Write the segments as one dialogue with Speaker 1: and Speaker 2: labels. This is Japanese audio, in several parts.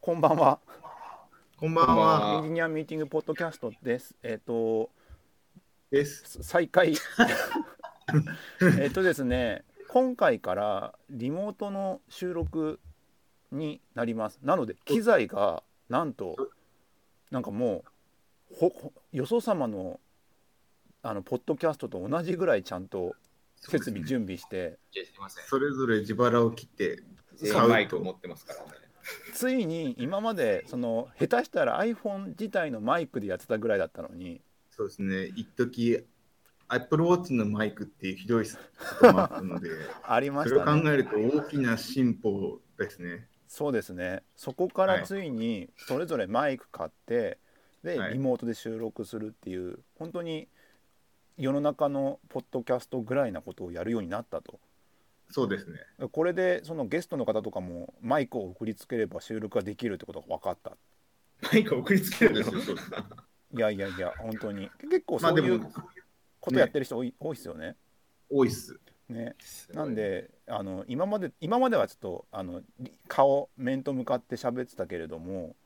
Speaker 1: こんばんは。
Speaker 2: こんばんは
Speaker 1: エンジニアミーティングポッドキャストです。えっ、と
Speaker 2: です。
Speaker 1: 再 開。えっとですね、今回からリモートの収録になります。なので機材がなんとなんかもうほほよそ様のあのポッドキャストと同じぐらいちゃんと設備準備して、
Speaker 3: じゃあすいません。
Speaker 2: それぞれ自腹を切って、
Speaker 3: 全
Speaker 2: 買う
Speaker 3: 員マイクを持ってますからね。
Speaker 1: ついに今までその下手したら iPhone 自体のマイクでやってたぐらいだったのに。
Speaker 2: そうですね、一時アップルウォッチのマイクっていうひどいこともあったので、
Speaker 1: ありま
Speaker 2: そ
Speaker 1: し
Speaker 2: れを
Speaker 1: た
Speaker 2: 考
Speaker 1: ね。
Speaker 2: えると大きな進歩ですね。
Speaker 1: そうですねそこから
Speaker 2: はい
Speaker 1: ついにそれぞれマイク買って、
Speaker 2: は
Speaker 1: で
Speaker 2: い
Speaker 1: リモートで収録するっていう本当に世の中のポッドキャストぐらいなことをやるようになったと
Speaker 2: そうですね。
Speaker 1: これでそのゲストの方とかもマイクを送りつければ収録ができるってことが分かった
Speaker 3: マイクを送りつけ
Speaker 2: そうで
Speaker 3: る
Speaker 2: す
Speaker 3: の
Speaker 2: そうです
Speaker 1: いやいやいや本当に結構
Speaker 2: ま
Speaker 1: そ
Speaker 2: あ
Speaker 1: う
Speaker 2: で
Speaker 1: い
Speaker 2: も
Speaker 1: う、ことやってる人多い,、多いですよね。
Speaker 2: 多いっす。
Speaker 1: ねなん、であの今まで今まではちょっとあのり顔面と向かっって喋ってたけれども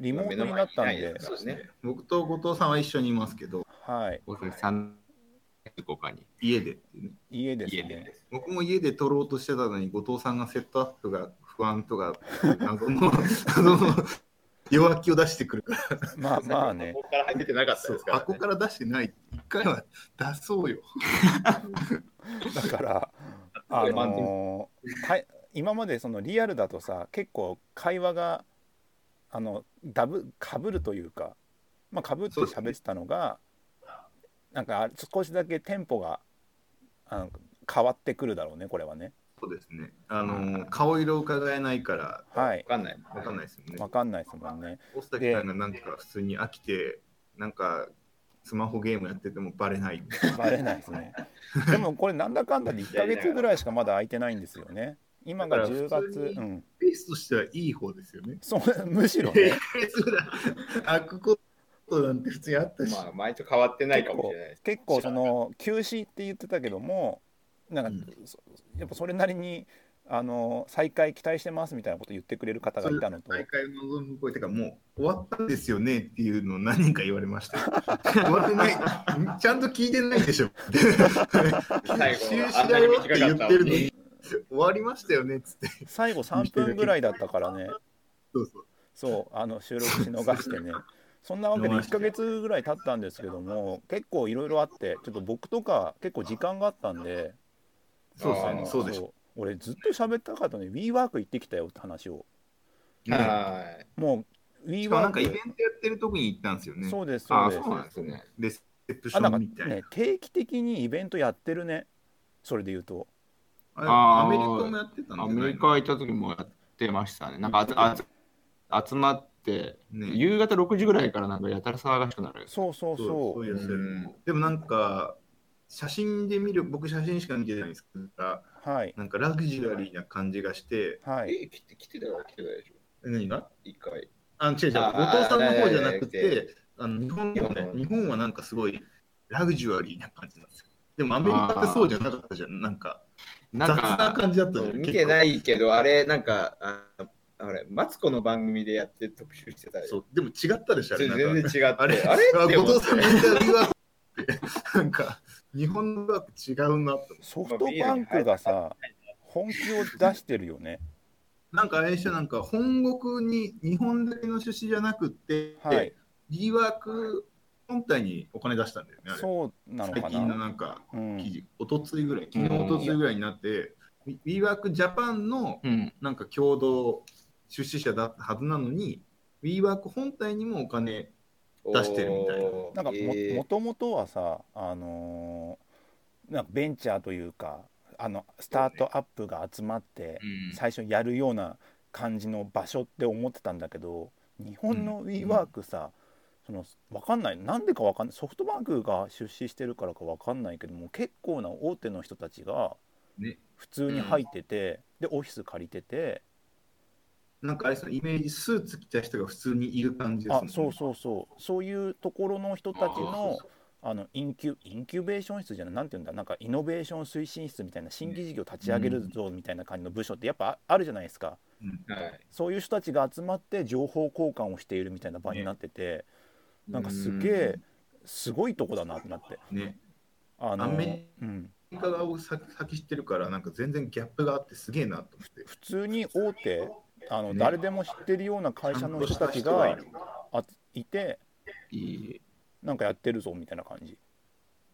Speaker 1: リ
Speaker 3: リ
Speaker 1: モートになったんで
Speaker 3: そうですね。
Speaker 2: 僕と後藤さんは一緒にいますけど、
Speaker 1: はい
Speaker 3: 僕三豪華に
Speaker 2: 家でっていうね、
Speaker 1: 家です
Speaker 3: 家
Speaker 1: ね
Speaker 3: で。。
Speaker 2: 僕も家で撮ろうとしてたのに、後藤さんがセットアップが不安とか、謎の謎の弱気を出してくるから、
Speaker 1: まあまあね。
Speaker 3: ここから入っててなかった
Speaker 2: そう
Speaker 3: ですから、ね。
Speaker 2: 箱から出してない、一回は出そうよ。
Speaker 1: だ から、あのーはい今までそのリアルだとさ、結構会話があのダブかぶるというか、まあかぶって
Speaker 2: そうです
Speaker 1: 喋
Speaker 2: ね
Speaker 1: ってたのが、なんか少しだけテンポがあの変わってくるだろうね、これはね。
Speaker 2: そうですね。あの顔色を伺えないから
Speaker 1: はい
Speaker 3: わ、かんない。
Speaker 2: わかんないで
Speaker 3: い。
Speaker 2: すよね
Speaker 1: わ。かんないですもんね。
Speaker 2: 大崎さんがなんか普通に飽きてなんかスマホゲームやっててもバレない。
Speaker 1: バレないです ね。でもこれなんだかんだで1ヶ月ぐらいしかまだ空いてないんですよね。今が10
Speaker 2: だから普通
Speaker 1: 月
Speaker 2: に、
Speaker 1: うん、
Speaker 2: ペースとしてはいい方ですよね。
Speaker 1: そうむしろ
Speaker 2: ペー
Speaker 1: ね。
Speaker 2: スが開くことなんて普通にあったし。
Speaker 3: まあ毎日変わってないかもしれないです。
Speaker 1: 結構その休止って言ってたけどもなんか、
Speaker 2: うん
Speaker 1: そやっぱそれなりにあの再開期待してますみたいなこと言ってくれる方がいたのと
Speaker 2: 大会の望む声てかもう終わったんですよねっていうのを何人か言われましたよ。終わってない。 ちゃんと聞いてないでしょ。
Speaker 3: 最
Speaker 2: 終
Speaker 3: 後あ
Speaker 2: 止
Speaker 3: んな
Speaker 2: だ
Speaker 3: に
Speaker 2: よって
Speaker 3: 短
Speaker 2: 言っ
Speaker 3: かった
Speaker 2: て
Speaker 3: の
Speaker 2: るのに
Speaker 3: に。
Speaker 2: 終わりましたよねっつって。
Speaker 1: 最後3分ぐらいだったからね
Speaker 2: そうそう。
Speaker 1: そうあの収録し逃して ねそんなわけで1ヶ月ぐらい経ったんですけども結構いろいろあってちょっと僕とか結構時間があったんで
Speaker 2: そうです
Speaker 1: あ
Speaker 2: よ
Speaker 1: の
Speaker 2: ね。そうでしょ。
Speaker 1: そう俺ずっと喋ったかったのに WeWork 行ってきたよって話を
Speaker 3: はい。
Speaker 1: もう
Speaker 2: しかもなんかイベ
Speaker 1: WeWork
Speaker 2: ントやってる時に行ったんですよね。
Speaker 1: そうですそ
Speaker 3: あ
Speaker 1: う
Speaker 3: あ
Speaker 1: です
Speaker 3: そうなんですね。
Speaker 2: レセプシ
Speaker 1: あな
Speaker 2: ョン
Speaker 1: ん
Speaker 2: み
Speaker 1: か
Speaker 2: たいな。
Speaker 1: ね定期的にイベントやってるねそれで言うと
Speaker 2: あれ
Speaker 4: あー
Speaker 2: アメリカもやってたんだ
Speaker 4: ア
Speaker 2: よね
Speaker 4: メリカ行った時もやってましたね。なんかあつあつ集まって、
Speaker 2: ね
Speaker 4: 夕方6時ぐらいからなんかやたら騒がしくなる。
Speaker 1: そうそう
Speaker 2: そう
Speaker 1: そ
Speaker 2: そう
Speaker 1: う
Speaker 2: いうやつ
Speaker 3: うん
Speaker 2: でもなんか写真で見る僕写真しか見てないんですけど
Speaker 1: はい
Speaker 2: なんかラグジュアリーな感じがして
Speaker 1: はい
Speaker 3: え来て来てたら来てたでしょ。
Speaker 2: 何が
Speaker 3: 一回。
Speaker 2: あ違う違う後藤
Speaker 3: あー
Speaker 2: さんの方じゃなく
Speaker 3: いやいやいや
Speaker 2: てあの日本はね
Speaker 3: うん
Speaker 2: 日本はなんかすごいラグジュアリーな感じなんですよでもアメリカってそうじゃなかったじゃんなんか
Speaker 4: な
Speaker 2: 雑
Speaker 4: ん
Speaker 2: な
Speaker 4: か、
Speaker 2: 感じだったじゃん
Speaker 3: 見て
Speaker 2: い
Speaker 3: ないけどあれなんかああれマツコの番組でやって特集してたよ。
Speaker 2: そうでも違ったでしょあれなん
Speaker 3: 全然
Speaker 2: か
Speaker 3: 違って。あ
Speaker 2: あれ
Speaker 3: れあれって思
Speaker 2: 後
Speaker 3: っ
Speaker 2: 藤さんのインタビューはなんか日本のワーク違うなと
Speaker 1: ソフトバンクがさ本気を出してるよね
Speaker 2: なんかあれでしょ、なんか本国に日本だけの出資じゃなくって、
Speaker 1: はい、
Speaker 2: リーワーク本体にお金出したんだよね、あれ
Speaker 1: そうなの
Speaker 2: 最
Speaker 1: か
Speaker 2: 近の
Speaker 1: な
Speaker 2: なんか
Speaker 1: う
Speaker 2: 記
Speaker 1: ん
Speaker 2: 事、おとついぐらい、昨日
Speaker 4: うん
Speaker 2: おとついぐらいになって、リーワークジャパンの
Speaker 4: うん、
Speaker 2: なんか共同出資者だったはずなのに、リーワーク本体にもお金、出してるみたいな
Speaker 3: おー
Speaker 1: なんかも
Speaker 3: えー
Speaker 1: もともとはさあのーなんかベンチャーというかあのスタートアップが集まって
Speaker 4: うん
Speaker 1: 最初やるような感じの場所って思ってたんだけど日本の WeWork さ、そのわかんないなんでかわかんないソフトバンクが出資してるからかわかんないけども結構な大手の人たちが
Speaker 2: ね
Speaker 1: 普通に入ってて、でオフィス借りてて、
Speaker 2: なんかあれですよイメージ、スーツ着た人が普通にいる感じです
Speaker 1: あ
Speaker 2: もんね
Speaker 1: そうそうそうそういうところの人たちのあのインキュインキュベーション室じゃないなんていうんだなんかイノベーション推進室みたいな新規事業立ち上げるぞみたいな感じの部署ってやっぱああるじゃないですか
Speaker 3: はい。
Speaker 1: そういう人たちが集まって情報交換をしているみたいな場になってて、なんかすげえすごいとこだなってなって
Speaker 2: ね。
Speaker 1: あ
Speaker 2: ア
Speaker 1: の、
Speaker 2: メ
Speaker 1: うん、
Speaker 2: アメリカ側を先先知ってるから、なんか全然ギャップがあってすげえなと思って。
Speaker 1: 普通に大手あの
Speaker 2: ね
Speaker 1: 誰でも知ってるような会社の人たち
Speaker 2: ちゃんとした
Speaker 1: が
Speaker 2: 人いる
Speaker 1: あいて
Speaker 4: いい
Speaker 1: なんかやってるぞみたいな感じ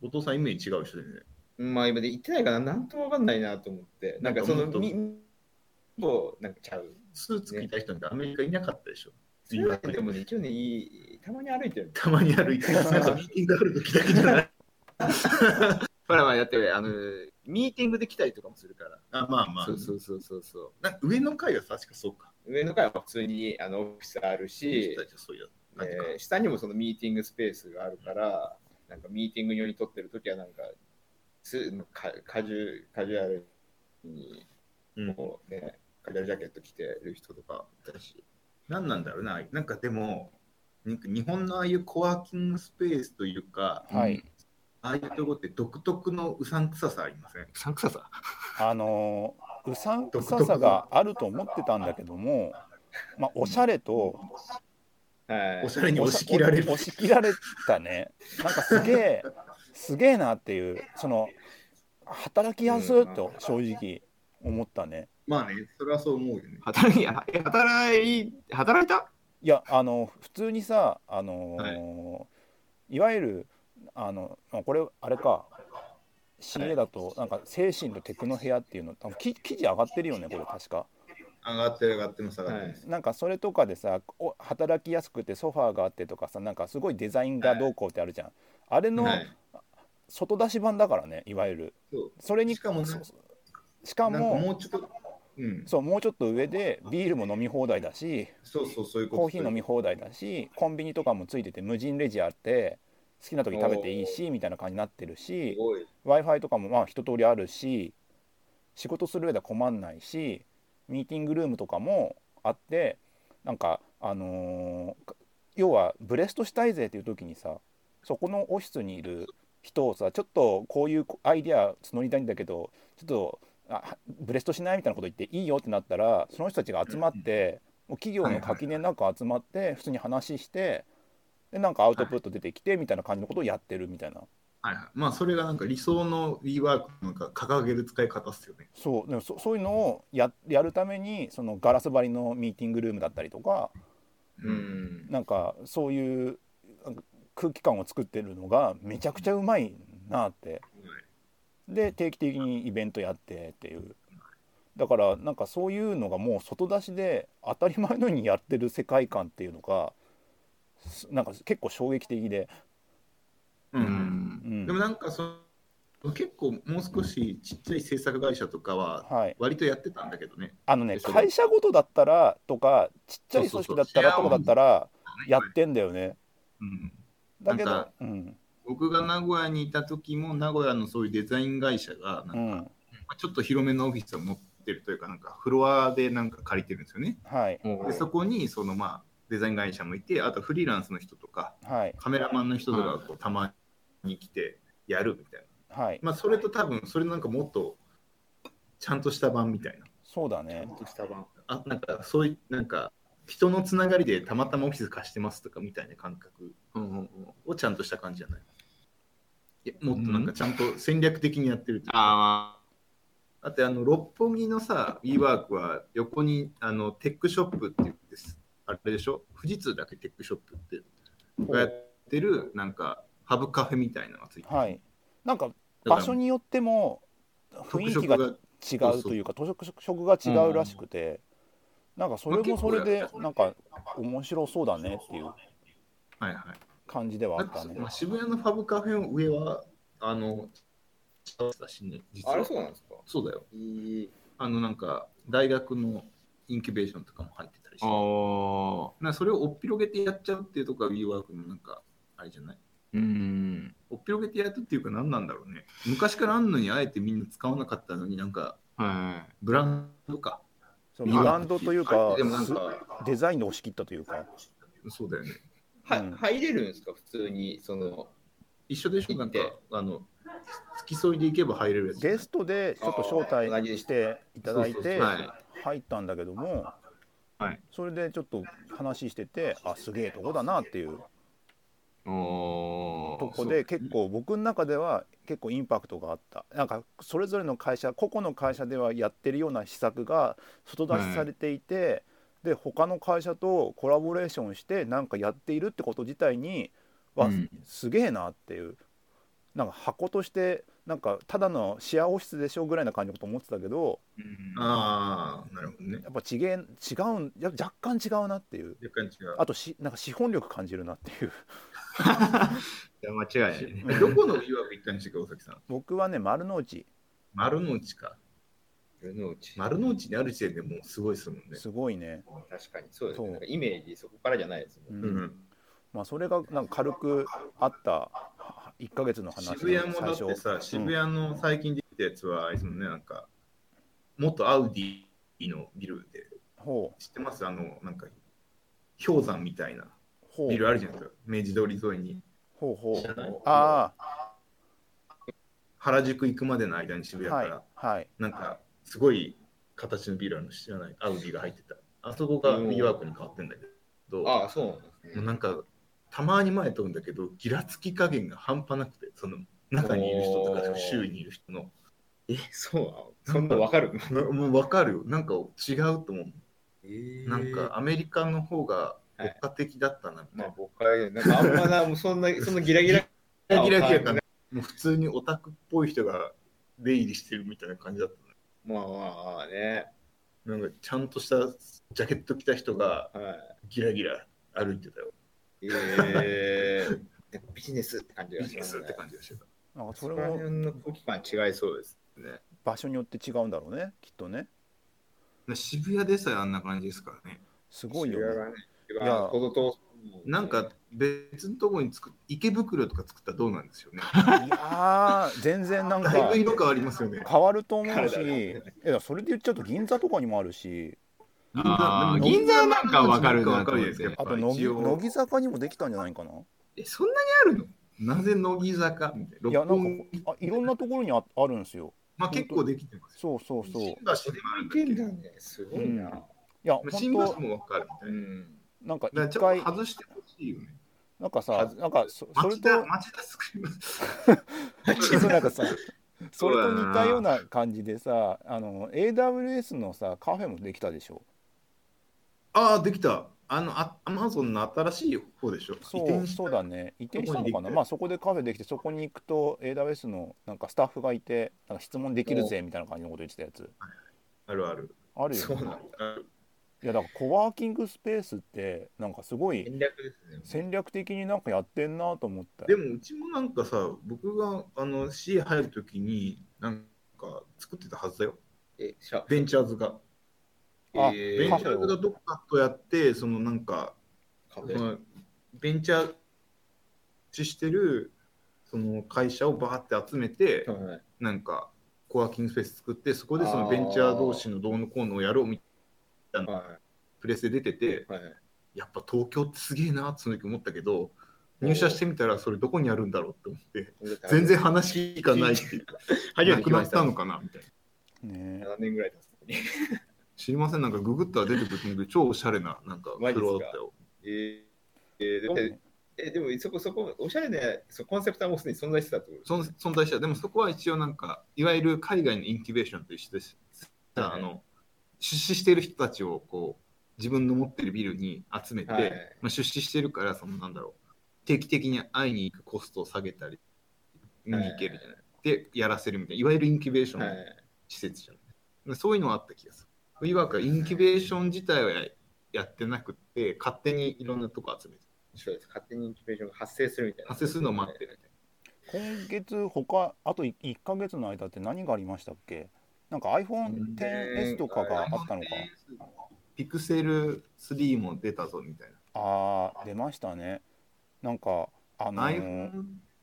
Speaker 2: 後藤さん、イメージ違う人でね。
Speaker 3: まあ今で言ってないからなんともわかんないなと思って。なんかその
Speaker 2: なんかもっと
Speaker 3: み、もうなんかちゃう。
Speaker 2: スーツ着た人なんてアメリカいなかったでしょ。
Speaker 3: それはでもね、一応ね、いいたまに歩いてる。
Speaker 2: たまに歩いて、なんかミーティングある時だけじゃない。
Speaker 4: ほらまあだってあのミーティングで来たりとかもするから。
Speaker 2: あまあまあ。
Speaker 4: そうそうそうそうそう。
Speaker 2: なんか上の階は確かそうか。
Speaker 3: 上の階は普通にあのオフィスあるし、
Speaker 2: 人たちはそういう感じか。
Speaker 3: えー下にもそのミーティングスペースがあるから、なんかミーティング用に撮ってるときはなんか、すかカジュカジュアルに
Speaker 2: うん
Speaker 3: こう、ね、カジュアルジャケット着てる人とかいたし、
Speaker 2: 何なんだろうな、なんかでも、なんか日本のああいうコワーキングスペースというか、
Speaker 1: はい、
Speaker 2: ああいうとこって独特のうさんくささありません
Speaker 4: サンクサさ。
Speaker 1: あのうさんくささがあると思ってたんだけども、まあ、おしゃれと
Speaker 3: はい
Speaker 2: おしゃれに押し切られる
Speaker 1: 押。し切られたねなんかすげ えすげえなっていうその働きやすいと正直思ったね
Speaker 2: まあね、それはそう思うよね。
Speaker 4: 働きあえ働い働いた？
Speaker 1: いやあの普通にさあのーい、わゆるあのあこれあれか CA だとなんか精神とテクノ部屋っていうの多分き記事上がってるよねこれ確か
Speaker 2: 上がってる上がっても下がってます。
Speaker 1: なんかそれとかでさお働きやすくてソファーがあってとかさなんかすごいデザインがどうこうってあるじゃん、あれの
Speaker 3: はい
Speaker 1: 外出し版だからねいわゆる
Speaker 2: そう
Speaker 1: それに
Speaker 2: しかもね
Speaker 1: そしか
Speaker 2: なんか
Speaker 1: も
Speaker 2: もうちょっと、うん、
Speaker 1: そうもうちょっと上でビールも飲み放題だし
Speaker 2: そうそう、そういうこと。
Speaker 1: コーヒー飲み放題だしコンビニとかもついてて無人レジあって好きな時食べていいしみたいな感じになってる
Speaker 3: す
Speaker 1: し
Speaker 3: ごい。
Speaker 1: w i f i とかもまあ一通りあるし仕事する上では困んないしミーティングルームとかもあってなんかあのー要はブレストしたいぜっていう時にさそこのオフィスにいる人をさちょっとこういうアイデア募りたいんだけどちょっとあブレストしないみたいなこと言っていいよってなったらその人たちが集まって、もう企業の垣根なく集まって普通に話してでなんかアウトプット出てきてみたいな感じのことをやってるみたいな。
Speaker 2: はいはい。まあ、それがなんか理想の WeWork のなんか掲げる使い方っすよね。
Speaker 1: そうでもそそういうのをややるためにそのガラス張りのミーティングルームだったりとか
Speaker 3: うん。
Speaker 1: なんかそういうなんか空気感を作ってるのがめちゃくちゃうまいなってで定期的にイベントやってっていうだからなんかそういうのがもう外出しで当たり前のようにやってる世界観っていうのがすなんか結構衝撃的で、
Speaker 2: うん。
Speaker 1: う
Speaker 2: で
Speaker 1: ん、
Speaker 2: もなんかその、結構もう少しちっちゃい制作会社とかは、
Speaker 1: はい
Speaker 2: 割とやってたんだけどね。
Speaker 1: あのね
Speaker 2: でそれ
Speaker 1: 会社ごとだったらとかちっちゃい組織だったら
Speaker 2: そ
Speaker 1: と
Speaker 2: う
Speaker 1: か
Speaker 2: そうそう
Speaker 1: だったらやってんだよね
Speaker 2: うん
Speaker 1: だけ
Speaker 2: なん
Speaker 1: ど
Speaker 2: か
Speaker 1: うん
Speaker 2: 僕が名古屋にいた時も名古屋のそういうデザイン会社がなんか、
Speaker 1: う
Speaker 2: ま
Speaker 1: ん
Speaker 2: あちょっと広めのオフィスを持ってるというかなんかフロアでなんか借りてるんですよね。
Speaker 1: はい
Speaker 2: でそこにそのまあデザイン会社もいてあとフリーランスの人とか
Speaker 1: はい
Speaker 2: カメラマンの人とかがこうたまに来てやるみたいな。
Speaker 1: はい
Speaker 2: まあそれと多分それなんかもっとちゃんとした版みたいな。
Speaker 1: そうだね
Speaker 3: 下版。
Speaker 2: あなんかそういうなんか人のつながりでたまたまオフィス貸してますとかみたいな感覚
Speaker 4: うんうんうん。
Speaker 2: をちゃんとした感じじゃない。いやもっとなんかちゃんと戦略的にやってるというか
Speaker 4: あ
Speaker 2: だってあの六本木のさ WeWork は横にあのテックショップって言ってすあれでしょ富士通だけテックショップってがやってるなんかハブカフェみたいなのがついてる
Speaker 1: はいなんか
Speaker 2: だから
Speaker 1: 場所によっても雰囲気が
Speaker 2: 特色
Speaker 1: 違うというか図書色が違うらしくてなんかそれもそれでなんか面白そうだねっていう
Speaker 2: はいはい
Speaker 1: 感じではあ
Speaker 2: な
Speaker 1: っ
Speaker 2: んか
Speaker 1: た
Speaker 2: そ
Speaker 1: ね
Speaker 2: まあ渋谷のハブカフェの上はあの違うらしいね実
Speaker 3: あ
Speaker 2: は
Speaker 3: れそうなんですか
Speaker 2: そうだよ
Speaker 3: いい。
Speaker 2: あのなんか大学のインキュベーションとかも入ってたりし
Speaker 4: あ。
Speaker 2: て
Speaker 4: おー
Speaker 2: なんかそれをおっぴろげてやっちゃうっていうとこが WeWork のなんかあれじゃない
Speaker 4: うん。
Speaker 2: おっぴろげてやるっていうか何なんだろうね。昔からあんのにあえてみんな使わなかったのになんか
Speaker 4: は
Speaker 2: ブランドか。
Speaker 1: そうブランドというか
Speaker 2: でもなんか
Speaker 1: デザインで押し切ったというか
Speaker 2: そうだよね。
Speaker 3: は
Speaker 1: うん
Speaker 3: 入れるんですか普通に、その、
Speaker 2: 一緒でしょなんか
Speaker 3: 行っ、
Speaker 2: あの、付き添いで行けば入れるやつ。
Speaker 1: ゲストでちょっと招
Speaker 3: あー同じ
Speaker 1: 待
Speaker 3: でし
Speaker 1: していただい
Speaker 2: そうそう
Speaker 1: て
Speaker 2: そうはい
Speaker 1: 入ったんだけども、
Speaker 4: はい
Speaker 1: それでちょっと話しててあすげえとこだなっていう
Speaker 4: お
Speaker 1: と
Speaker 4: ー
Speaker 1: こで結構僕の中では結構インパクトがあったなんかそれぞれの会社個々の会社ではやってるような施策が外出しされていて、で他の会社とコラボレーションしてなんかやっているってこと自体にわ、
Speaker 4: うん
Speaker 1: すげえなっていうなんか箱としてなんかただのシェアオフィスでしょぐらいな感じのこと思ってたけど
Speaker 4: うん
Speaker 2: ああ、なるほどね。
Speaker 1: やっぱちげえ違うんやっぱ若干違うなっていう
Speaker 2: 若干違う。
Speaker 1: あとしなんか資本力感じるなっていう
Speaker 4: いや間違いないね。
Speaker 2: どこのいわく行ったんでしたっけ、大崎さん。
Speaker 1: 僕はね丸の内
Speaker 2: 丸の内か。
Speaker 3: 丸の内。
Speaker 2: 丸の内にある時点でもうすごいですもんね。
Speaker 1: すごいね、
Speaker 3: 確かにそうです
Speaker 1: そう
Speaker 3: ね。なんかイメージそこからじゃないです
Speaker 1: う
Speaker 3: もん
Speaker 1: ん
Speaker 2: うん。
Speaker 1: まあ、それがなんか軽くあった1ヶ月の話
Speaker 2: 渋谷もだって
Speaker 1: 最
Speaker 2: さ、渋谷の最近できたやつは、あれですもんね、なんか、元アウディのビルで、
Speaker 1: ほう
Speaker 2: 知ってますあの、なんか、氷山みたいな
Speaker 1: ほう
Speaker 2: ビルあるじゃないですか。明治通り沿いに。
Speaker 1: ほうほ
Speaker 2: 知ら
Speaker 1: う
Speaker 2: ない
Speaker 1: あ
Speaker 2: 原宿行くまでの間に渋
Speaker 1: あ
Speaker 2: 谷か
Speaker 1: は
Speaker 2: ら、
Speaker 1: いはい
Speaker 2: なんか、すごい形のビルあるの知らない。アウディが入ってた。あそこがビワークに変わってんだけど、も
Speaker 3: ああ、そうなんです
Speaker 2: う
Speaker 3: ね。
Speaker 2: なんか、たまに前通るんだけど、ギラつき加減が半端なくて、その、中にいる人と
Speaker 3: おー
Speaker 2: か、周囲にいる人の。
Speaker 3: え、そうなのそんなわかるの
Speaker 2: なもう分かるよ。なんか違うと思う。なん
Speaker 3: えー
Speaker 2: かアメリカの方が
Speaker 3: はい
Speaker 2: 国家的だったなみ
Speaker 3: ま
Speaker 2: た
Speaker 3: あ
Speaker 2: い
Speaker 3: 僕は、なんかあんまな、もうそんな、そのギラギラ。
Speaker 2: な。キラキラ感がもう普通にオタクっぽい人が出入りしてるみたいな感じだっ
Speaker 3: まあまあまあね。
Speaker 2: た。なんかちゃんとしたジャケット着た人が
Speaker 3: は
Speaker 2: ギラギラ歩いてたよ。
Speaker 3: い。えー、ビジネスって感じ
Speaker 2: ビ
Speaker 3: が
Speaker 2: ジ
Speaker 3: しま
Speaker 2: ネス
Speaker 3: す
Speaker 2: っ
Speaker 3: ね
Speaker 2: て。感じがしてた。
Speaker 1: なんかそ
Speaker 3: そ
Speaker 1: れ
Speaker 3: れも
Speaker 1: も
Speaker 3: の空気感違いそうです。
Speaker 1: 場所によって違うんだろうねきっとね
Speaker 2: 渋谷でさえあんな感じですからね。
Speaker 1: すごいよ
Speaker 3: 違
Speaker 1: ね
Speaker 3: うね。
Speaker 1: いや
Speaker 3: ほどと
Speaker 2: なんか別のところに作っ池袋とか作ったらどうなんですよね。
Speaker 1: いやー全然なんか
Speaker 2: だいぶ色変わりますよね。
Speaker 1: 変わると思うし
Speaker 3: 体が
Speaker 1: いやそれで言っちゃうと銀座とかにもあるし
Speaker 2: 銀
Speaker 4: あー
Speaker 2: でも
Speaker 4: 銀座はなんか分かるな
Speaker 2: なんか分かるじゃないですか
Speaker 1: あと
Speaker 2: やっぱ
Speaker 1: 乃木
Speaker 2: 一応
Speaker 1: 乃木坂にもできたんじゃないかな
Speaker 2: え、そんなにあるのなぜ乃木坂みたいな。
Speaker 1: いやな
Speaker 2: 六
Speaker 1: ん
Speaker 2: 本
Speaker 1: かあいろんなところにああるんですよ
Speaker 2: まあ結構できてますよ。
Speaker 1: そうそうそうい
Speaker 2: 新橋でもあるんだけど、
Speaker 3: ね。すごいな。
Speaker 1: や
Speaker 2: まあ新橋
Speaker 1: 本
Speaker 2: もわかるみた
Speaker 3: う
Speaker 2: いな。
Speaker 3: ん。
Speaker 1: 当なんか
Speaker 2: だから
Speaker 1: 一
Speaker 2: ちょっ
Speaker 1: 回
Speaker 2: と外してほしいよね。
Speaker 1: なんかさなんかそそれ
Speaker 2: 町田、
Speaker 1: と
Speaker 2: 町田作ります。
Speaker 1: そうなんかさそれと
Speaker 2: そうだな
Speaker 1: 似たような感じでさあの AWS のさカフェもできたでしょ
Speaker 2: ああ、できた。あの、あアマゾンの新しい方でしょ。
Speaker 1: そ
Speaker 2: 移転
Speaker 1: う
Speaker 2: した
Speaker 1: そうだね移転したの
Speaker 2: どこ
Speaker 1: か
Speaker 2: に
Speaker 1: な
Speaker 2: できた
Speaker 1: まあそこでカフェできてそこに行くと AWS のなんかスタッフがいてなんか質問できるぜみたいな感じのこと言ってたやつ
Speaker 2: あるある。
Speaker 1: あるよ
Speaker 3: そう
Speaker 1: ね
Speaker 3: なんだ。
Speaker 1: いやだからコワーキングスペースってなんかすごい
Speaker 3: 戦略ですね。
Speaker 1: 戦略的になんかやってんなと思った
Speaker 2: でも、うちもなんかさ、僕があの C 入るときに、なんか作ってたはずだよ。
Speaker 3: え、シャ
Speaker 2: ベンチャーズが。
Speaker 1: あ
Speaker 3: え
Speaker 2: ベン
Speaker 3: ー
Speaker 2: チャーズがどっかとやって、そのなんか、
Speaker 3: カフ
Speaker 2: そ
Speaker 3: ェ
Speaker 2: のベンチャーししてるその会社をバーって集めて、
Speaker 3: はい
Speaker 2: なんかコワーキングスペース作ってそこでそのベンチャー同士のどうのこうのをやろうみたいな
Speaker 3: は
Speaker 2: プレスで出てて
Speaker 3: い。はい。
Speaker 2: やっぱ東京ってすげえなってその時思ったけど入社してみたらそれどこにあるんだろうって思って全然話聞かないっていう
Speaker 3: 初め
Speaker 2: な
Speaker 3: て
Speaker 2: く
Speaker 3: 聞きま
Speaker 2: な
Speaker 3: し
Speaker 2: ったたのかなみたいな
Speaker 1: ね
Speaker 3: 7年ぐらい経つ。
Speaker 2: 知りませんなんかググったら出てくると思うけど超おしゃれななんかフ
Speaker 3: マジっすか
Speaker 2: ロアだったよ
Speaker 3: えーえーだってえ、でもそこそこ、おしゃれなそうコンセプトはもうすでに存在してたってこと
Speaker 2: そん存在した。でもそこは一応なんか、いわゆる海外のインキュベーションと一緒です。
Speaker 3: はい
Speaker 2: あの出資してる人たちをこう自分の持ってるビルに集めて、
Speaker 3: はい
Speaker 2: まあ、出資してるから、そのなんだろう、定期的に会いに行くコストを下げたり、見に行けるじゃない。で、やらせるみたいな、いわゆるインキュベーション
Speaker 3: は
Speaker 2: の
Speaker 3: い。
Speaker 2: 施設じゃない。まあそういうのはあった気がする。いわくインキュベーション自体はややってなくて、勝手にいろんなとこ集めて、
Speaker 3: そうです。勝手にインキュベーションが発生するみたいな。
Speaker 2: 発生するのを待ってるみたいな。
Speaker 1: 今月他あと1ヶ月の間って何がありましたっけなんか iPhone10S とかがあったのか
Speaker 2: ピクセル3も出たぞみたい
Speaker 1: あー出ましたねなんかあの
Speaker 2: な。
Speaker 1: ー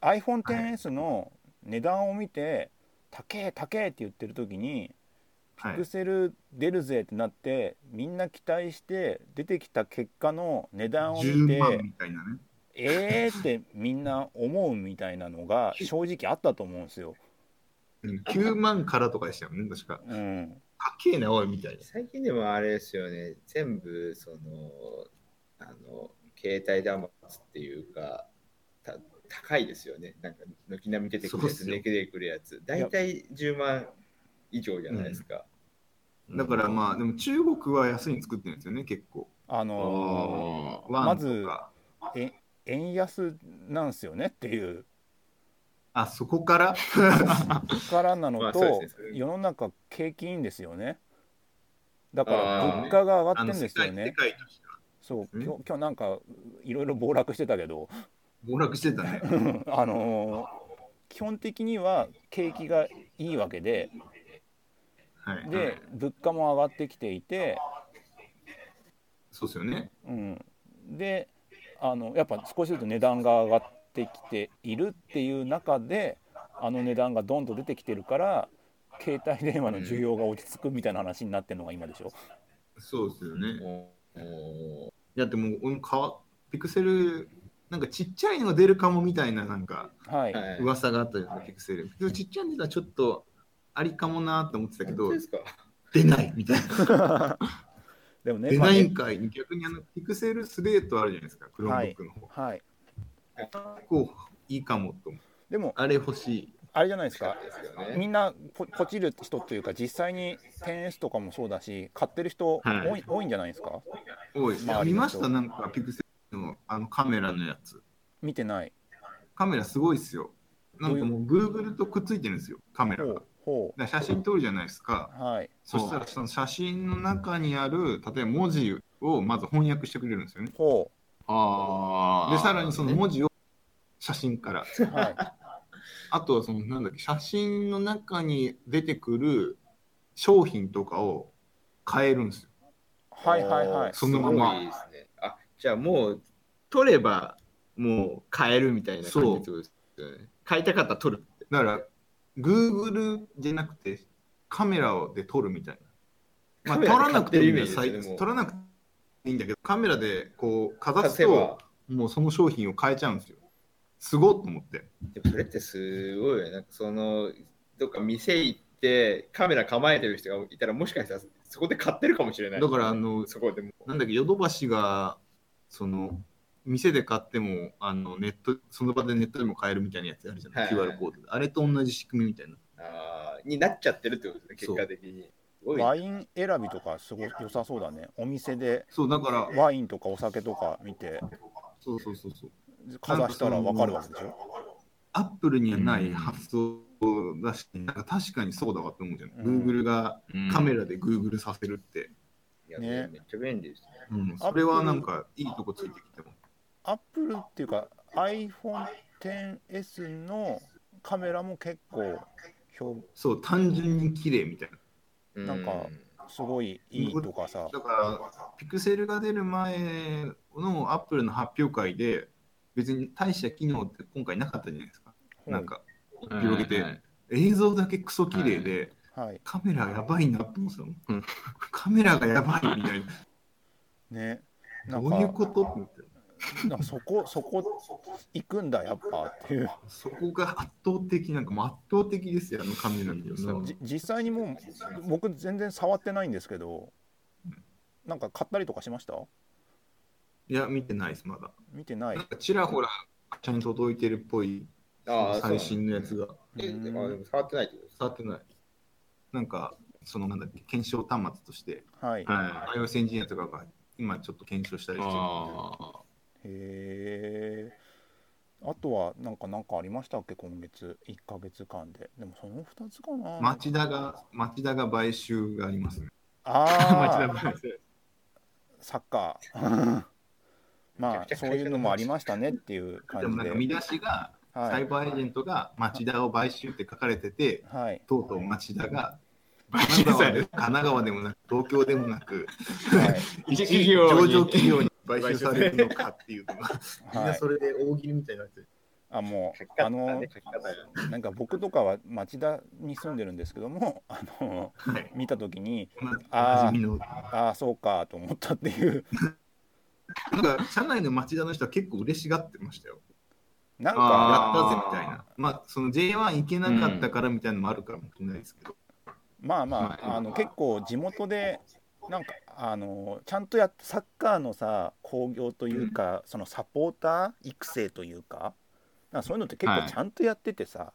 Speaker 2: iPhone
Speaker 1: iPhone10S の値段を見て「高え高え」って言ってる時に
Speaker 2: は
Speaker 1: ピ
Speaker 2: い
Speaker 1: ク。セル出るぜってなってみんな期待して出てきた結果の値段を見
Speaker 2: 10
Speaker 1: て
Speaker 2: 万みたいなね。
Speaker 1: えーってみんな思うみたいなのが正直あったと思うんですよ。
Speaker 2: うん9万からとかでしたよね、確か。
Speaker 1: うん、
Speaker 2: かっけえな、おい、みたいな。
Speaker 3: 最近でもあれですよね、全部、その、あの、携帯端末っていうか、た高いですよね。なんか、軒並み出てくるや
Speaker 2: そうっ
Speaker 3: つ、
Speaker 2: すよ
Speaker 3: 出てくるやつ。大体10万以上じゃないですか。
Speaker 2: だからまあ、でも中国は安いに作ってるんですよね、結構。
Speaker 1: あの
Speaker 4: あ
Speaker 2: ワンと
Speaker 1: まず
Speaker 2: か。
Speaker 1: 円安なんすよねっていう
Speaker 2: あ、そこから
Speaker 1: からな
Speaker 3: ま
Speaker 1: の
Speaker 3: あそう
Speaker 1: と
Speaker 3: ですね
Speaker 1: 世の中景気いいんですよね。だか
Speaker 3: あ
Speaker 1: ら
Speaker 3: ー
Speaker 1: 物価が上が
Speaker 2: あ
Speaker 1: って
Speaker 2: の
Speaker 1: んで
Speaker 2: 世
Speaker 1: すよ
Speaker 2: 界世
Speaker 1: ね。
Speaker 2: 界としては
Speaker 1: そう
Speaker 2: うん
Speaker 1: 今日今日なんかいろいろ暴落してたけど、
Speaker 2: 暴落してたね。
Speaker 1: あのー基本的には景気がいいわけで
Speaker 2: はい、
Speaker 1: で物価も上がってきていて、
Speaker 2: そうですよね。
Speaker 1: うん、であのやっぱ少しずつ値段が上がってきているっていう中であの値段がどんと出てきてるから携帯電話の需要が落ち着くみたいな話になってるのが今でしょ。
Speaker 2: そうですよね。
Speaker 3: もうも
Speaker 2: だってもう、俺も変わピクセル、なんかちっちゃいのが出るかもみたいな、なんか
Speaker 1: は
Speaker 3: う
Speaker 1: い、
Speaker 3: はい
Speaker 2: 噂があったじゃないですか、ピクセル。ピクセルちっちゃいのがちょっとありかもなと思ってたけ
Speaker 3: 本当
Speaker 2: ど
Speaker 3: で、すか
Speaker 2: 出ないみたいな。
Speaker 1: でもね
Speaker 2: 出
Speaker 1: まあ
Speaker 2: ない
Speaker 1: ね
Speaker 2: んかい。逆にあの、ピクセルスレートあるじゃないですか、クロームブックの方。
Speaker 1: はい、
Speaker 2: 結構いいかもと思う。
Speaker 1: でも
Speaker 2: あれ欲しい。
Speaker 1: あれじゃないですか
Speaker 3: ですよね
Speaker 1: みんなポポチる人っていうか実際に 10S とかもそうだし買ってる人多い,、
Speaker 2: はい
Speaker 1: 多いんじゃないですか
Speaker 2: 多いですね。
Speaker 1: 周り
Speaker 2: 見
Speaker 1: の
Speaker 2: ま
Speaker 1: 人
Speaker 2: したなんかピクセルのあのカメラのやつ。
Speaker 1: 見てない
Speaker 2: カメラすごいですよ。なんかもう Google とくっついてるんですよ、カメラ
Speaker 1: ほ
Speaker 2: が。
Speaker 1: うほ
Speaker 2: だから写真撮るじゃないですか。
Speaker 1: うはい
Speaker 2: そしたらその写真の中にある、例えば文字をまず翻訳してくれるんですよね。
Speaker 1: ほ
Speaker 4: あー。
Speaker 2: で、さらにその文字を写真から。
Speaker 1: うは
Speaker 2: あとはその、なんだっけ、写真の中に出てくる商品とかを変えるんですよ。
Speaker 1: いはいはいはい
Speaker 2: そのまます
Speaker 3: ごいですねあ、じゃあもう、取れば、もう買えるみたいな感じってことですよね。買いたかったら取る。
Speaker 2: だから、Google じゃなくて、カメラで撮るみたいな。まあ、
Speaker 3: カ
Speaker 2: 撮
Speaker 3: メラ
Speaker 2: らなくてもいいんだよ
Speaker 3: 買ってるイメージですねもう
Speaker 2: 撮らなくてもいいんだけど、カメラでこう、かざ
Speaker 3: 買
Speaker 2: す
Speaker 3: せば
Speaker 2: と、もうその商品を変えちゃうんですよ。すごっと思って。
Speaker 3: でもそれってすごいよねなんかそのどっか店行ってカメラ構えてる人がいたらもしかしたらそこで買ってるかもしれない
Speaker 2: だから、あの、
Speaker 3: そこでも
Speaker 2: なんだっけ、ヨドバシが、その、店で買っても、あの、ネット、その場でネットでも買えるみたいなやつあるじゃない、
Speaker 3: はいはい
Speaker 2: QR コードで。あれと同じ仕組みみたいな。
Speaker 3: あーになっちゃってるってことですね結果的にすごい
Speaker 1: ワイン選びとかすごい良さそうだねお店で
Speaker 2: そう、だから、
Speaker 1: ワインとかお酒とか見て
Speaker 2: そうそうそうそう。
Speaker 1: かざしたら分かるわけでしょ
Speaker 2: アップルにはな
Speaker 4: う
Speaker 2: い
Speaker 4: ん
Speaker 2: 発想だし、なんか確かにそうだわと思うじゃない。
Speaker 1: うん
Speaker 2: Google が
Speaker 4: うん
Speaker 2: カメラで Google させるって、
Speaker 3: いや
Speaker 1: ね
Speaker 3: めっちゃ便利ですね
Speaker 2: うんそれはなんかいいとこついてきても。
Speaker 1: アップルっていうか iPhone10S のカメラも結構評
Speaker 2: そう、単純に綺麗みたい
Speaker 1: なんかすごいいいとかさ
Speaker 2: な。だから、ピクセルが出る前のアップルの発表会で、別に大した機能って今回なかったじゃないですか。なんか、
Speaker 4: うん
Speaker 2: 広げて
Speaker 4: はい
Speaker 2: 映像だけクソ綺麗で、
Speaker 1: はい
Speaker 2: カメラやばいなって思ってたもん
Speaker 4: うん
Speaker 2: カメラがやばいみたいな。
Speaker 1: ね な
Speaker 2: ど
Speaker 1: ん
Speaker 2: ういう
Speaker 1: か
Speaker 2: ことって思って。
Speaker 1: なんかそこそこ行くんだやっぱっていう
Speaker 2: そこが圧倒的、なんかもう圧倒的ですよ、あのカメラの良さは。
Speaker 1: じ実際にもう僕全然触ってないんですけどなんか買ったりとかしました
Speaker 2: いや、見てないです、まだ。
Speaker 1: 見てない
Speaker 2: なんかちらほら、ちゃんと届いてるっぽい、
Speaker 3: あー
Speaker 2: 最新のやつ
Speaker 3: が
Speaker 2: が、
Speaker 3: で
Speaker 1: うん
Speaker 3: でもあでも触ってないってことです
Speaker 2: 触ってない。なんか、そのなんだっけ、検証端末として、
Speaker 1: はいへ
Speaker 4: は
Speaker 2: iOS エンジニアとかが今ちょっと検証した
Speaker 4: い。
Speaker 2: りしてる。
Speaker 4: ああ。
Speaker 1: えあとはなんかなんかありましたっけ今月1ヶ月間ででもその2つかな
Speaker 2: 町田が、町田が買収がありますね。
Speaker 1: ああ
Speaker 2: 町田買収。
Speaker 1: サッカーま
Speaker 3: めち
Speaker 1: あ
Speaker 3: ゃくち
Speaker 1: そ
Speaker 3: ゃ
Speaker 1: ういうのもありましたねっていう
Speaker 2: で
Speaker 1: 感
Speaker 2: も
Speaker 1: じ
Speaker 2: なん
Speaker 1: で
Speaker 2: か見出しが、サ
Speaker 1: は
Speaker 2: イ
Speaker 1: い、
Speaker 2: バーエージェントが町田を買収って書かれてて、
Speaker 1: はい、
Speaker 2: とうとう町田が、
Speaker 4: 買
Speaker 2: 神
Speaker 4: 収
Speaker 2: 奈
Speaker 4: さ
Speaker 2: 川
Speaker 4: れ
Speaker 2: で神奈川でもなく、東京でもなく、
Speaker 1: はい
Speaker 4: 一
Speaker 2: 上場企業に買収されるのかっていうのが、みん
Speaker 1: は
Speaker 2: ないそれで大喜利みたいになってる。
Speaker 1: あも
Speaker 3: 書き
Speaker 1: う
Speaker 3: 方
Speaker 1: あの
Speaker 3: ね書き方が
Speaker 1: なんか僕とかは町田に住んでるんですけどもあの
Speaker 2: はい。
Speaker 1: 見た時に
Speaker 2: ま
Speaker 1: あー
Speaker 2: あ、みの。
Speaker 1: ああそうかと思ったっていう
Speaker 2: なんか社内の町田の人は結構嬉しがってましたよ。
Speaker 1: なん
Speaker 2: や
Speaker 1: か
Speaker 4: あー
Speaker 2: ったぜみたいな。まあ、その J1 行けなかったからみたいなのもあるかもしれないですけど。
Speaker 1: まあま
Speaker 4: ま
Speaker 1: あ
Speaker 4: あ
Speaker 1: あの結構地元でなんかあのちゃんとやっサッカーのさ興行というか、そのサポーター育成というかなんかそういうのって結
Speaker 4: は
Speaker 1: 構
Speaker 4: い
Speaker 1: ちゃんとやっててさ、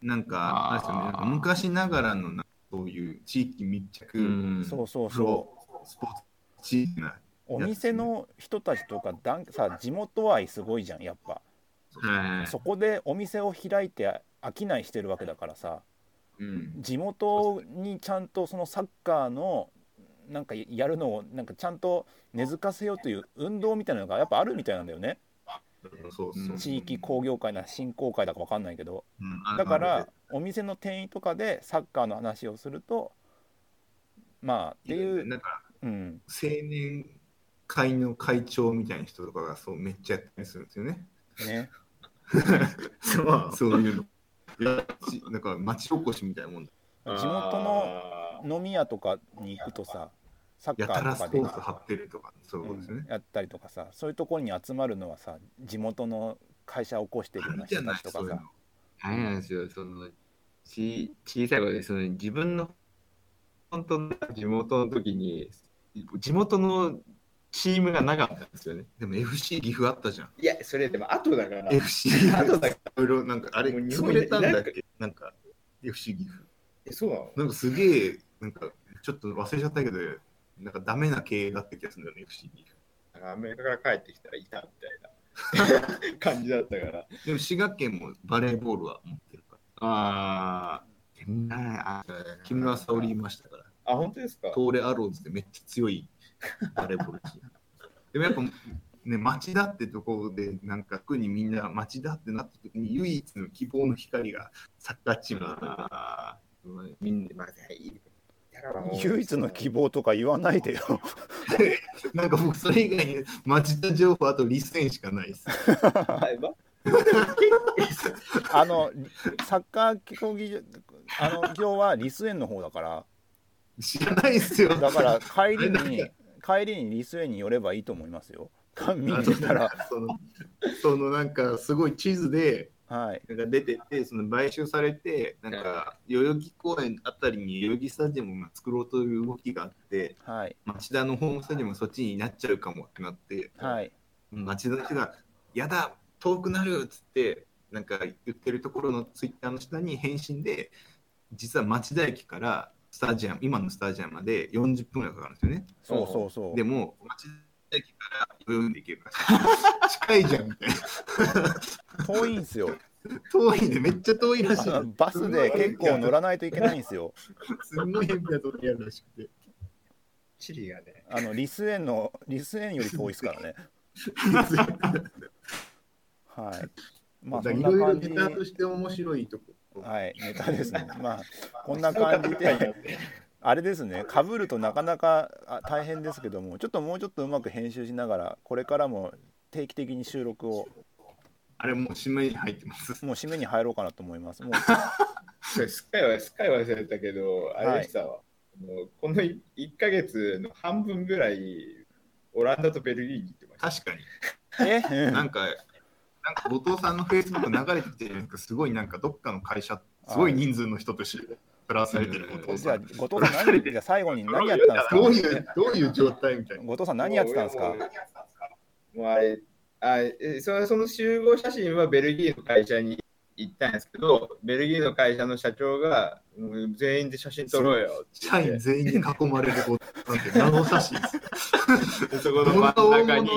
Speaker 2: なん
Speaker 4: あー
Speaker 2: か、あれですよね、なんか昔ながらのなそういう地域密着、
Speaker 4: うん
Speaker 1: そうそう
Speaker 2: プ
Speaker 1: そう
Speaker 2: ロスポーツチームな。
Speaker 1: お店の人たちとかだんさ地元愛すごいじゃんやっぱ
Speaker 4: はい
Speaker 1: そこでお店を開いて商いしてるわけだからさ
Speaker 3: うん。
Speaker 1: 地元にちゃんとそのサッカーのなんかやるのをなんかちゃんと根付かせようという運動みたいなのがやっぱあるみたいなんだよね
Speaker 2: そうそう。
Speaker 1: 地域工業会な振興会だかわかんないけど
Speaker 2: うんあ
Speaker 1: だか
Speaker 2: ある
Speaker 1: らお店の店員とかでサッカーの話をするとまあってい
Speaker 2: なん
Speaker 1: う、
Speaker 2: か、
Speaker 1: うん、
Speaker 2: 青年会の会長みたいな人とかがそうめっちゃやったりするんですよね。
Speaker 1: ね
Speaker 4: そう
Speaker 2: そういうの。ちなんか、町おこしみたいなもんだ。
Speaker 1: 地元の
Speaker 3: の
Speaker 1: 飲み屋とかに行くとさサッ
Speaker 2: や
Speaker 1: カ
Speaker 2: た
Speaker 1: ー
Speaker 2: らス
Speaker 1: とか
Speaker 2: ポ
Speaker 1: で
Speaker 2: ーツ張ってるとか、そういうことですよね。
Speaker 1: やったりとかさそういうところに集まるのはさ地元の会社を起こしてるよう
Speaker 2: あ
Speaker 1: な
Speaker 2: るじ
Speaker 1: 人
Speaker 2: ゃな
Speaker 1: た
Speaker 2: い
Speaker 1: ち、とか
Speaker 2: そういう
Speaker 1: さ
Speaker 2: の。
Speaker 4: 大変なんですよ、そのち小さい頃でその自分の本当の地元の時に地元のチームがなかったんですよね。
Speaker 2: でも FC 岐阜あったじゃん。
Speaker 3: いや、それでも後だから。
Speaker 2: FC 岐
Speaker 3: あと
Speaker 2: 阜
Speaker 3: だか
Speaker 2: いろいろなんかあれ
Speaker 3: もう日本
Speaker 2: 潰れたんだっけなんか FC 岐阜
Speaker 3: ら。そうなの
Speaker 2: なんかすげえなんかちょっと忘れちゃったけどなんかダメな経営だった気がするんだよね FC 岐
Speaker 3: なんかアメリカから帰ってきたらいたみたいな感じだったから。
Speaker 2: 阜でも滋賀県もバレーボールは持ってるか
Speaker 4: あーあ
Speaker 2: ら木村沙織いましたから
Speaker 3: あ、本当ですか
Speaker 2: 東レアローズでめっちゃ強いバレーボールチームでもやっぱね町だってところでなんか特にみんな町だってなった時に唯一の希望の光がサッカーチームだったから
Speaker 4: あー
Speaker 3: みんな、まあ、いい。だからもう
Speaker 1: 唯一の希望とか言わない でよ
Speaker 2: なんか僕それ以外に町田情報あとリス園しかないです
Speaker 3: はいま
Speaker 1: あのサッカー競技場あの今日はリス園の方だから
Speaker 2: 知らないですよ。
Speaker 1: だ から帰り
Speaker 2: あれ
Speaker 1: に帰りにリス園に寄ればいいと思いますよ見てたら
Speaker 2: その、そのなんかすごい地図で、
Speaker 1: はい
Speaker 2: なんか出てて、その買収されて、なんか代々木公園あたりに代々木スタジアムを作ろうという動きがあって、
Speaker 1: はい
Speaker 2: 町田のホームスタジアムはそっちになっちゃうかもってなって、
Speaker 1: はい
Speaker 2: 町田の人が、やだ、遠くなるっつって、なんか言ってるところのツイッターの下に返信で、実は町田駅からスタジアム、今のスタジアムまで40分ぐらいかかるんですよね。
Speaker 1: そうそうそう
Speaker 2: でも、町田駅からブーンで行けるらしい。近い じゃんみたいな。
Speaker 1: 遠いんすよ
Speaker 2: 遠いね、めっちゃ遠いらしい
Speaker 1: あの。バスで結構乗らないといけないんですよ
Speaker 2: すんごい変なとこにあるらしくて。
Speaker 3: チリがね。
Speaker 1: あのリス園のリス園より遠いですからねはいまあそん
Speaker 2: い
Speaker 1: な
Speaker 2: ろいろ
Speaker 1: 感じ
Speaker 2: ネタとして面白いとこ。
Speaker 1: はい、ネタです ね。まあ、こんな感じで、あれですね、かぶるとなかなかあ大変ですけども、ちょっともうちょっとうまく編集しながら、これからも定期的に収録を、
Speaker 2: あれもう締めに入ってます。
Speaker 1: もう締めに入ろうかなと思います。もう
Speaker 3: それすっかりはすっかり忘れたけど、あれでしたわ。もうこの1ヶ月の半分ぐらい、オランダとベルギーに行ってました。
Speaker 2: 確かに。
Speaker 1: え
Speaker 2: なんか、なんか後藤さんのフェイスブック流れてきてるんですけど、すごいなんかどっかの会社、すごい人数の人としてプラスされてる後藤
Speaker 1: じゃ
Speaker 2: さ
Speaker 1: あ、
Speaker 2: ん。
Speaker 1: 後藤さん何、じゃあ最後に何やったんですか
Speaker 2: どういう、どういう状態みたいな。
Speaker 1: 後藤さん何やってたんですか
Speaker 3: もうもうあれあえその、その集合写真はベルギーの会社に行ったんですけど、ベルギーの会社の社長が、うん全員で写真撮ろうよって
Speaker 2: 社員全員に囲まれる後藤さんって謎写真ですよ。
Speaker 3: 言って、そこの真ん中に。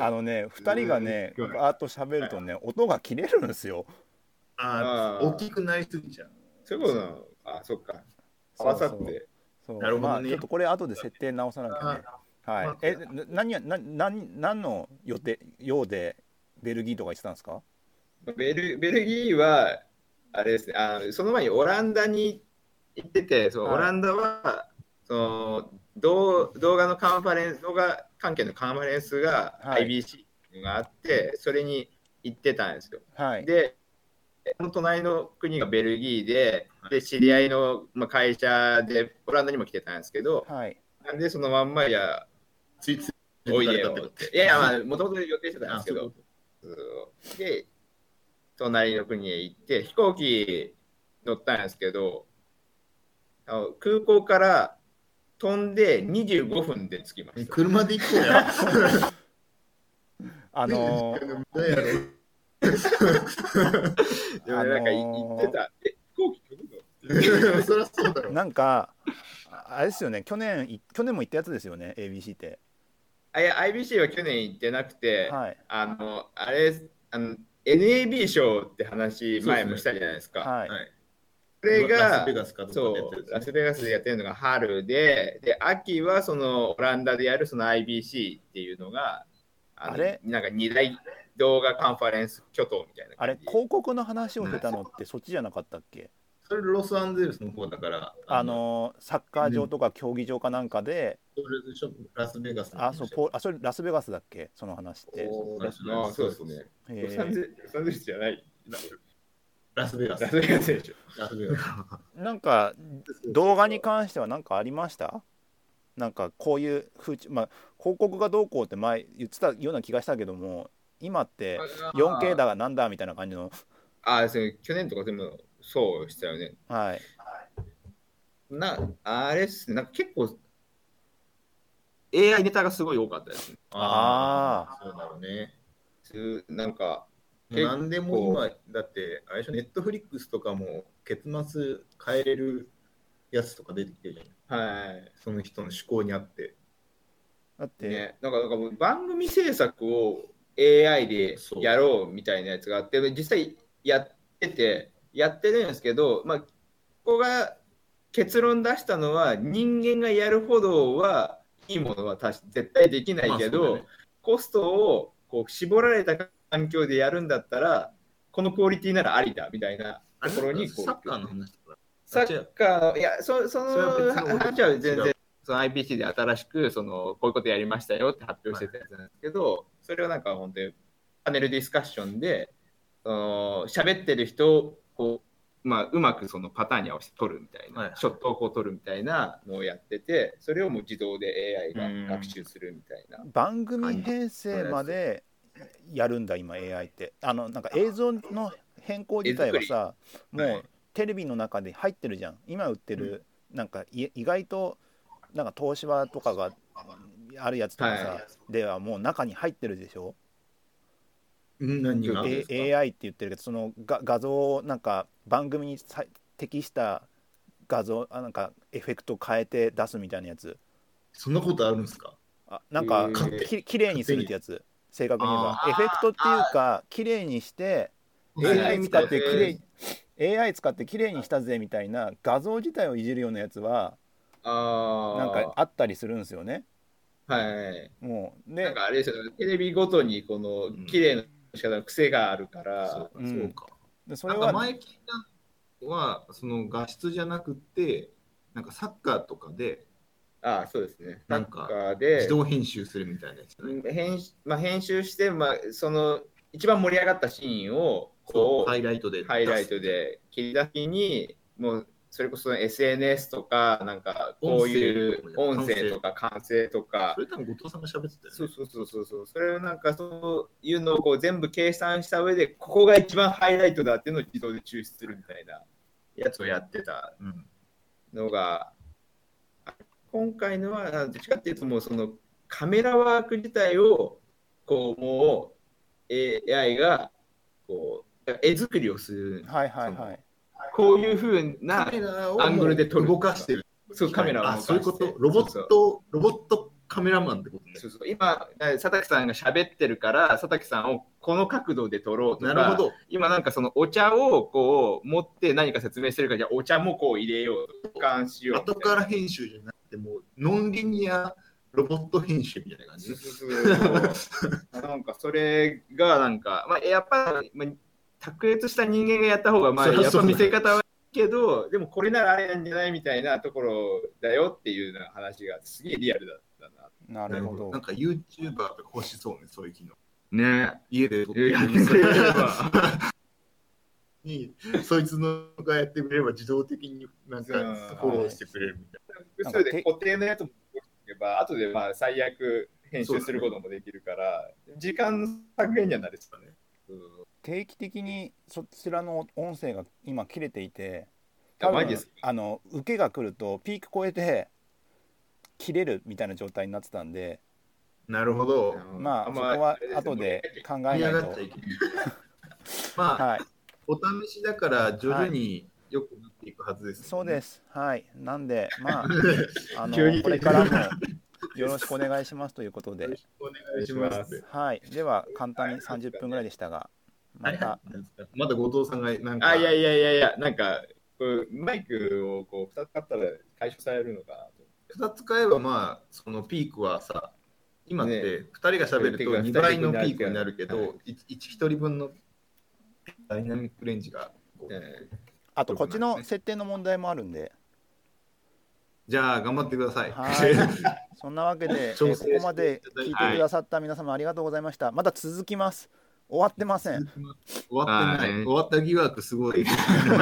Speaker 1: あのね、2人がね、バーっと喋るとね、音が切れるんですよ。
Speaker 2: ああ、
Speaker 3: あー
Speaker 2: 大きくなりすぎちゃう。
Speaker 3: そういうことなのあ、そっか。合わさ
Speaker 1: そ
Speaker 3: っ
Speaker 1: うそう
Speaker 3: て。
Speaker 1: そう
Speaker 2: なるほどね
Speaker 1: まあ、ちょっとこれ後で設定直さなきゃね。はい。え、な何や、な、何、何の予定、ようでベルギーとか行ってたんですか。
Speaker 3: ベルベルギーは、あれですねあの、その前にオランダに行ってて、そう
Speaker 1: はい
Speaker 3: オランダはその動動画のカンファレンス、動画関係のカンファレンスが
Speaker 1: はい
Speaker 3: IBC があって、それに行ってたんですよ。
Speaker 1: はい。
Speaker 3: で、その隣の国がベルギーで、で知り合いの、まあ、会社でオランダにも来てたんですけど、
Speaker 1: はい。
Speaker 3: なんでそのまんまや
Speaker 2: ついつい
Speaker 3: おいでよ
Speaker 2: 抜かれたっ
Speaker 3: ってて。いやいや、まあ、もともと予定してたんですけ
Speaker 2: あそうい
Speaker 3: ど
Speaker 2: うこ。
Speaker 3: そうで、隣の国へ行って、飛行機乗ったんですけど、あの空港から飛んで25分で着きま
Speaker 2: え
Speaker 3: した。
Speaker 2: 車で行こうや。
Speaker 1: あのー
Speaker 2: 無駄やろ
Speaker 3: でもねなんかい行ってた。え、飛行機飛ぶの
Speaker 2: そりゃそうだろ。
Speaker 1: なんかああれですよね去年い去年も行ったやつですよね ABC って
Speaker 3: あいや、IBC は去年行ってなくて、
Speaker 1: はい
Speaker 3: あの、あれ、あの NAB 賞って話、前もしたじゃないですか。
Speaker 1: はい、
Speaker 2: はい
Speaker 3: これ
Speaker 2: ラス
Speaker 3: が
Speaker 2: ベ、ガスかど
Speaker 3: そ
Speaker 2: っかでやってる
Speaker 3: う、
Speaker 2: や
Speaker 3: ラ
Speaker 2: つ
Speaker 3: スベガスでやってるのが春で、で、秋はそのオランダでやるその IBC っていうのが、あの
Speaker 1: あれ
Speaker 3: なんか二大動画カンファレンス巨頭みたいな
Speaker 1: あ
Speaker 3: 感
Speaker 1: れ
Speaker 3: じ。
Speaker 1: 広告の話をしてたのってそっちじゃなかったっけ
Speaker 2: それロサンゼルスの方だから、
Speaker 1: あ、のーサッカー場とか競技場かなんかで、
Speaker 2: それでしょラスベガスの
Speaker 1: あそうポーあそれラスベガスだっけその話って
Speaker 3: おー
Speaker 2: ラスベガス
Speaker 3: あそうですね。
Speaker 1: へ
Speaker 3: ロサン
Speaker 1: ー
Speaker 3: ゼロサンゼルスじゃない。
Speaker 2: ラスベガス
Speaker 3: ラ。スベガスでしょ。
Speaker 2: ラスベガス。
Speaker 1: なんか動画に関しては何かありましたなんかこういう風潮まあ広告がどうこうって前言ってたような気がしたけども今って
Speaker 3: あ
Speaker 1: 4K だがなんだみたいな感じの
Speaker 3: あ、そう、去年とかでもそうしたよね。
Speaker 1: はい
Speaker 3: な、あれっすね、なんか結構、AI ネタがすごい多かったですね。
Speaker 1: あ
Speaker 2: ーそうだろうね。
Speaker 3: すなんか、
Speaker 2: もう何でも今、だって、あれでしょ、ネットフリックスとかも結末変えれるやつとか出てきてるじゃん。
Speaker 3: はい。
Speaker 2: その人の思考にあって。
Speaker 1: だって、
Speaker 3: ね、なんかなんかもう番組制作を AI でやろうみたいなやつがあって実際やっててやってるんですけど、まあ、ここが結論出したのは人間がやるほどはいいものは確か絶対できないけど、
Speaker 2: まあそうだね
Speaker 3: コストをこう絞られた環境でやるんだったらこのクオリティならありだみたいな
Speaker 2: あ
Speaker 3: と
Speaker 2: れ
Speaker 3: ころにこう
Speaker 2: サッカーの話とか。
Speaker 3: サッカー、いや、そその
Speaker 2: それは別の
Speaker 3: 話は全
Speaker 2: 違
Speaker 3: 然、その IPC で新しく、その、こういうことやりましたよって発表してたやつなんですけど、それをなんか本当にパネルディスカッションで、その喋ってる人を、こう、まあ、うまくそのパターンに合わせて撮るみたいな、
Speaker 2: はい
Speaker 3: ショットをこう撮るみたいなのをやってて、それをもう自動で AI が学習するみたいな。
Speaker 1: 番組編成までやるんだ今 AI ってあのなんか映像の変更自体はさも
Speaker 2: は
Speaker 1: う
Speaker 2: い
Speaker 1: テレビの中で入ってるじゃん今売ってる、なんかい意外となんか東芝とかがあるやつとかさ、
Speaker 3: は
Speaker 1: ではもう中に入ってるでしょ、
Speaker 2: うん何が
Speaker 3: あ
Speaker 1: え AI って言ってるけどそのが画像をなんか番組にさ適した画像あなんかエフェクト変えて出すみたいなやつ
Speaker 2: そんなことあるんですか
Speaker 1: あなんか
Speaker 3: 勝
Speaker 2: 手に
Speaker 1: ききれいにするってやつ正確に言えばエフェクトっていうかきれいにして
Speaker 3: はい
Speaker 1: AI 使ってきれ
Speaker 3: はい
Speaker 1: AI 使ってきれいにしたぜみたいな画像自体をいじるようなやつは
Speaker 3: あ
Speaker 1: なんかあったりするんですよね
Speaker 3: あ、はい。
Speaker 1: もう
Speaker 3: なん
Speaker 1: で
Speaker 3: かあれですよね、テレビごとに、この、綺麗な仕方の癖があるから、
Speaker 2: そうか
Speaker 1: うん
Speaker 2: そうか。
Speaker 1: でそ
Speaker 2: な
Speaker 1: れ
Speaker 2: んか
Speaker 1: は
Speaker 2: 前聞いたのは、その画質じゃなくて、なんかサッカーとかで
Speaker 3: ああ、そうですね。
Speaker 2: なんか
Speaker 3: 中で
Speaker 2: 自動編集するみたいなやつだね。
Speaker 3: 編集まあ、編集して、まあ、その一番盛り上がったシーンを
Speaker 2: そ
Speaker 3: こ
Speaker 2: う
Speaker 3: う
Speaker 2: ハイライトで。
Speaker 3: ハイライト。で切り出す時にもうそれこそ SNS とかなんかこういう
Speaker 2: 音
Speaker 3: 音声
Speaker 2: 声
Speaker 3: と
Speaker 2: と
Speaker 3: か完成とか
Speaker 2: それ多分後藤さんが喋ってたよね。
Speaker 3: そうそうそうそうそうそれをなんかそういうのをこう全部計算した上でここが一番ハイライトだっていうのを自動で抽出するみたいなやつをやってた
Speaker 2: うん
Speaker 3: のが今回のはどっちかっていうともうそのカメラワーク自体をこうもう AI がこう絵作りをする
Speaker 1: はいはいはい
Speaker 3: こういうふう
Speaker 2: カ
Speaker 3: な
Speaker 2: メラを
Speaker 3: アングルで撮る
Speaker 2: 動かしてる。
Speaker 3: そうカメラを動か
Speaker 2: あ、
Speaker 3: して
Speaker 2: そういうこと。ロボ
Speaker 3: そう
Speaker 2: ッ
Speaker 3: そう
Speaker 2: ト、ロボットカメラマンってことね。
Speaker 3: そうそう今佐竹さんが喋ってるから佐竹さんをこの角度で撮ろうとか
Speaker 2: なるほど。
Speaker 3: 今なんかそのお茶をこう持って何か説明してるからじゃあお茶もこう入れようとか俯瞰しようみたい
Speaker 2: 後
Speaker 3: な
Speaker 2: から編集じゃなくて、もうノンリニアロボット編集みたいな感じ
Speaker 3: そう。そう そうなんかそれがなんか、まあ、やっぱ、まあ、卓越した人間がやった方がまあ
Speaker 2: そり
Speaker 3: や
Speaker 2: ゃ
Speaker 3: っ
Speaker 2: そう
Speaker 3: ぱ
Speaker 2: だ
Speaker 3: 見せ方はいいけどでもこれならあれなんじゃないみたいなところだよっていうような話がすげえリアルだった
Speaker 1: な
Speaker 3: な。
Speaker 1: るほど
Speaker 2: なんか YouTuber が欲しそうね、そういう機能。
Speaker 4: ね
Speaker 2: 家で撮って
Speaker 4: え。やってくれれば。
Speaker 2: に、そいつのがやってくれれば自動的になんかフォローしてくれるみたい
Speaker 3: 複数で固定のやつもけば、後でまあ最悪編集することもできるから、時間の削減にはなれちゃうね。
Speaker 1: 定期的にそちらの音声が今切れていて
Speaker 3: あマジです
Speaker 1: あの受けが来るとピーク超えて切れるみたいな状態になってたんで
Speaker 2: なるほど。
Speaker 1: まあそこは後で考えな
Speaker 2: 見
Speaker 1: い
Speaker 2: 上がっ
Speaker 1: と
Speaker 2: ちゃいけ ない。まあ、
Speaker 1: はい
Speaker 2: お試しだから徐々に良くなっていくはずです、。
Speaker 1: そうですすはいなんでまああ
Speaker 3: 急
Speaker 1: の
Speaker 3: に
Speaker 1: これからもよろしくお願いしますということで
Speaker 2: お願いします。
Speaker 1: はいでは簡単に30分ぐらいでしたがまた
Speaker 2: まだ後藤さんがなんか、
Speaker 3: あ、いやいやいやいや、なんか、こうマイクをこう2つ買ったら解消されるのかな
Speaker 2: 2
Speaker 3: と。
Speaker 2: つ買えばまあ、そのピークはさ、今っ
Speaker 3: ね
Speaker 2: て2人が喋ると2倍のピークになるけ
Speaker 3: はい
Speaker 2: ど、1, 人分のダイナミックレンジが。こう
Speaker 3: ね
Speaker 1: あとこっちの設定の問題もあるんで
Speaker 2: じゃあ、頑張ってください。
Speaker 1: はそんなわけで、えー
Speaker 2: 調整し
Speaker 1: こ
Speaker 2: て
Speaker 1: こまで聞いてくださった皆様ありがとうございました。まだ続きます。終わってません。
Speaker 2: 終わってな。
Speaker 4: はいい
Speaker 2: 終わった疑惑すご
Speaker 1: は
Speaker 2: い。
Speaker 1: い。
Speaker 2: な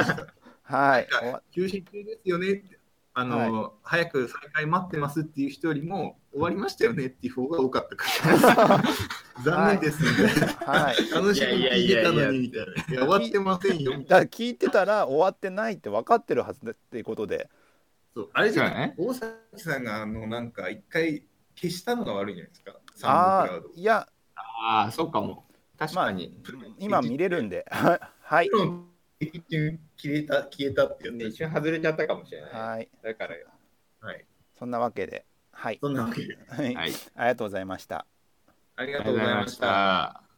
Speaker 2: んか
Speaker 1: 終わ
Speaker 2: 休止中ですよねってあの、早く再開待ってますっていう人よりも終わりましたよねっていう方が多かった から。残念ですみたいな。
Speaker 1: はい。
Speaker 2: 楽しみに聞いてたのにみたいな。いや、終わってませんよみたいな。
Speaker 1: だから聞いてたら終わってないって分かってるはずだっていうことで、
Speaker 2: そうあれじ
Speaker 4: そ
Speaker 2: ゃ
Speaker 4: う
Speaker 2: な
Speaker 4: だ
Speaker 2: い
Speaker 4: ね
Speaker 2: 大崎さんがあのなんか一回消したのが悪いんじゃないですか。サ
Speaker 1: あ
Speaker 2: ウンドクラウ
Speaker 1: あ、いや、
Speaker 4: ああ、そうかも。確かに。
Speaker 1: 今見れるんで、はい。
Speaker 2: ド。もちろん、一瞬消えた、消えたってやつ
Speaker 3: ね
Speaker 2: で
Speaker 3: 一
Speaker 2: しょ。
Speaker 3: 瞬外れちゃったかもしれない。
Speaker 1: はい。
Speaker 3: だから、
Speaker 2: はい。
Speaker 1: そんなわけで、はい。
Speaker 2: そんなわけで。
Speaker 1: はい
Speaker 4: はい。
Speaker 1: ありがとうございました。
Speaker 2: あり
Speaker 4: あ
Speaker 2: が
Speaker 4: りがと
Speaker 2: と
Speaker 4: うご
Speaker 2: うご
Speaker 4: ざ
Speaker 2: ざ
Speaker 4: い
Speaker 2: い
Speaker 4: ま
Speaker 2: ま
Speaker 4: し
Speaker 2: した。
Speaker 4: た。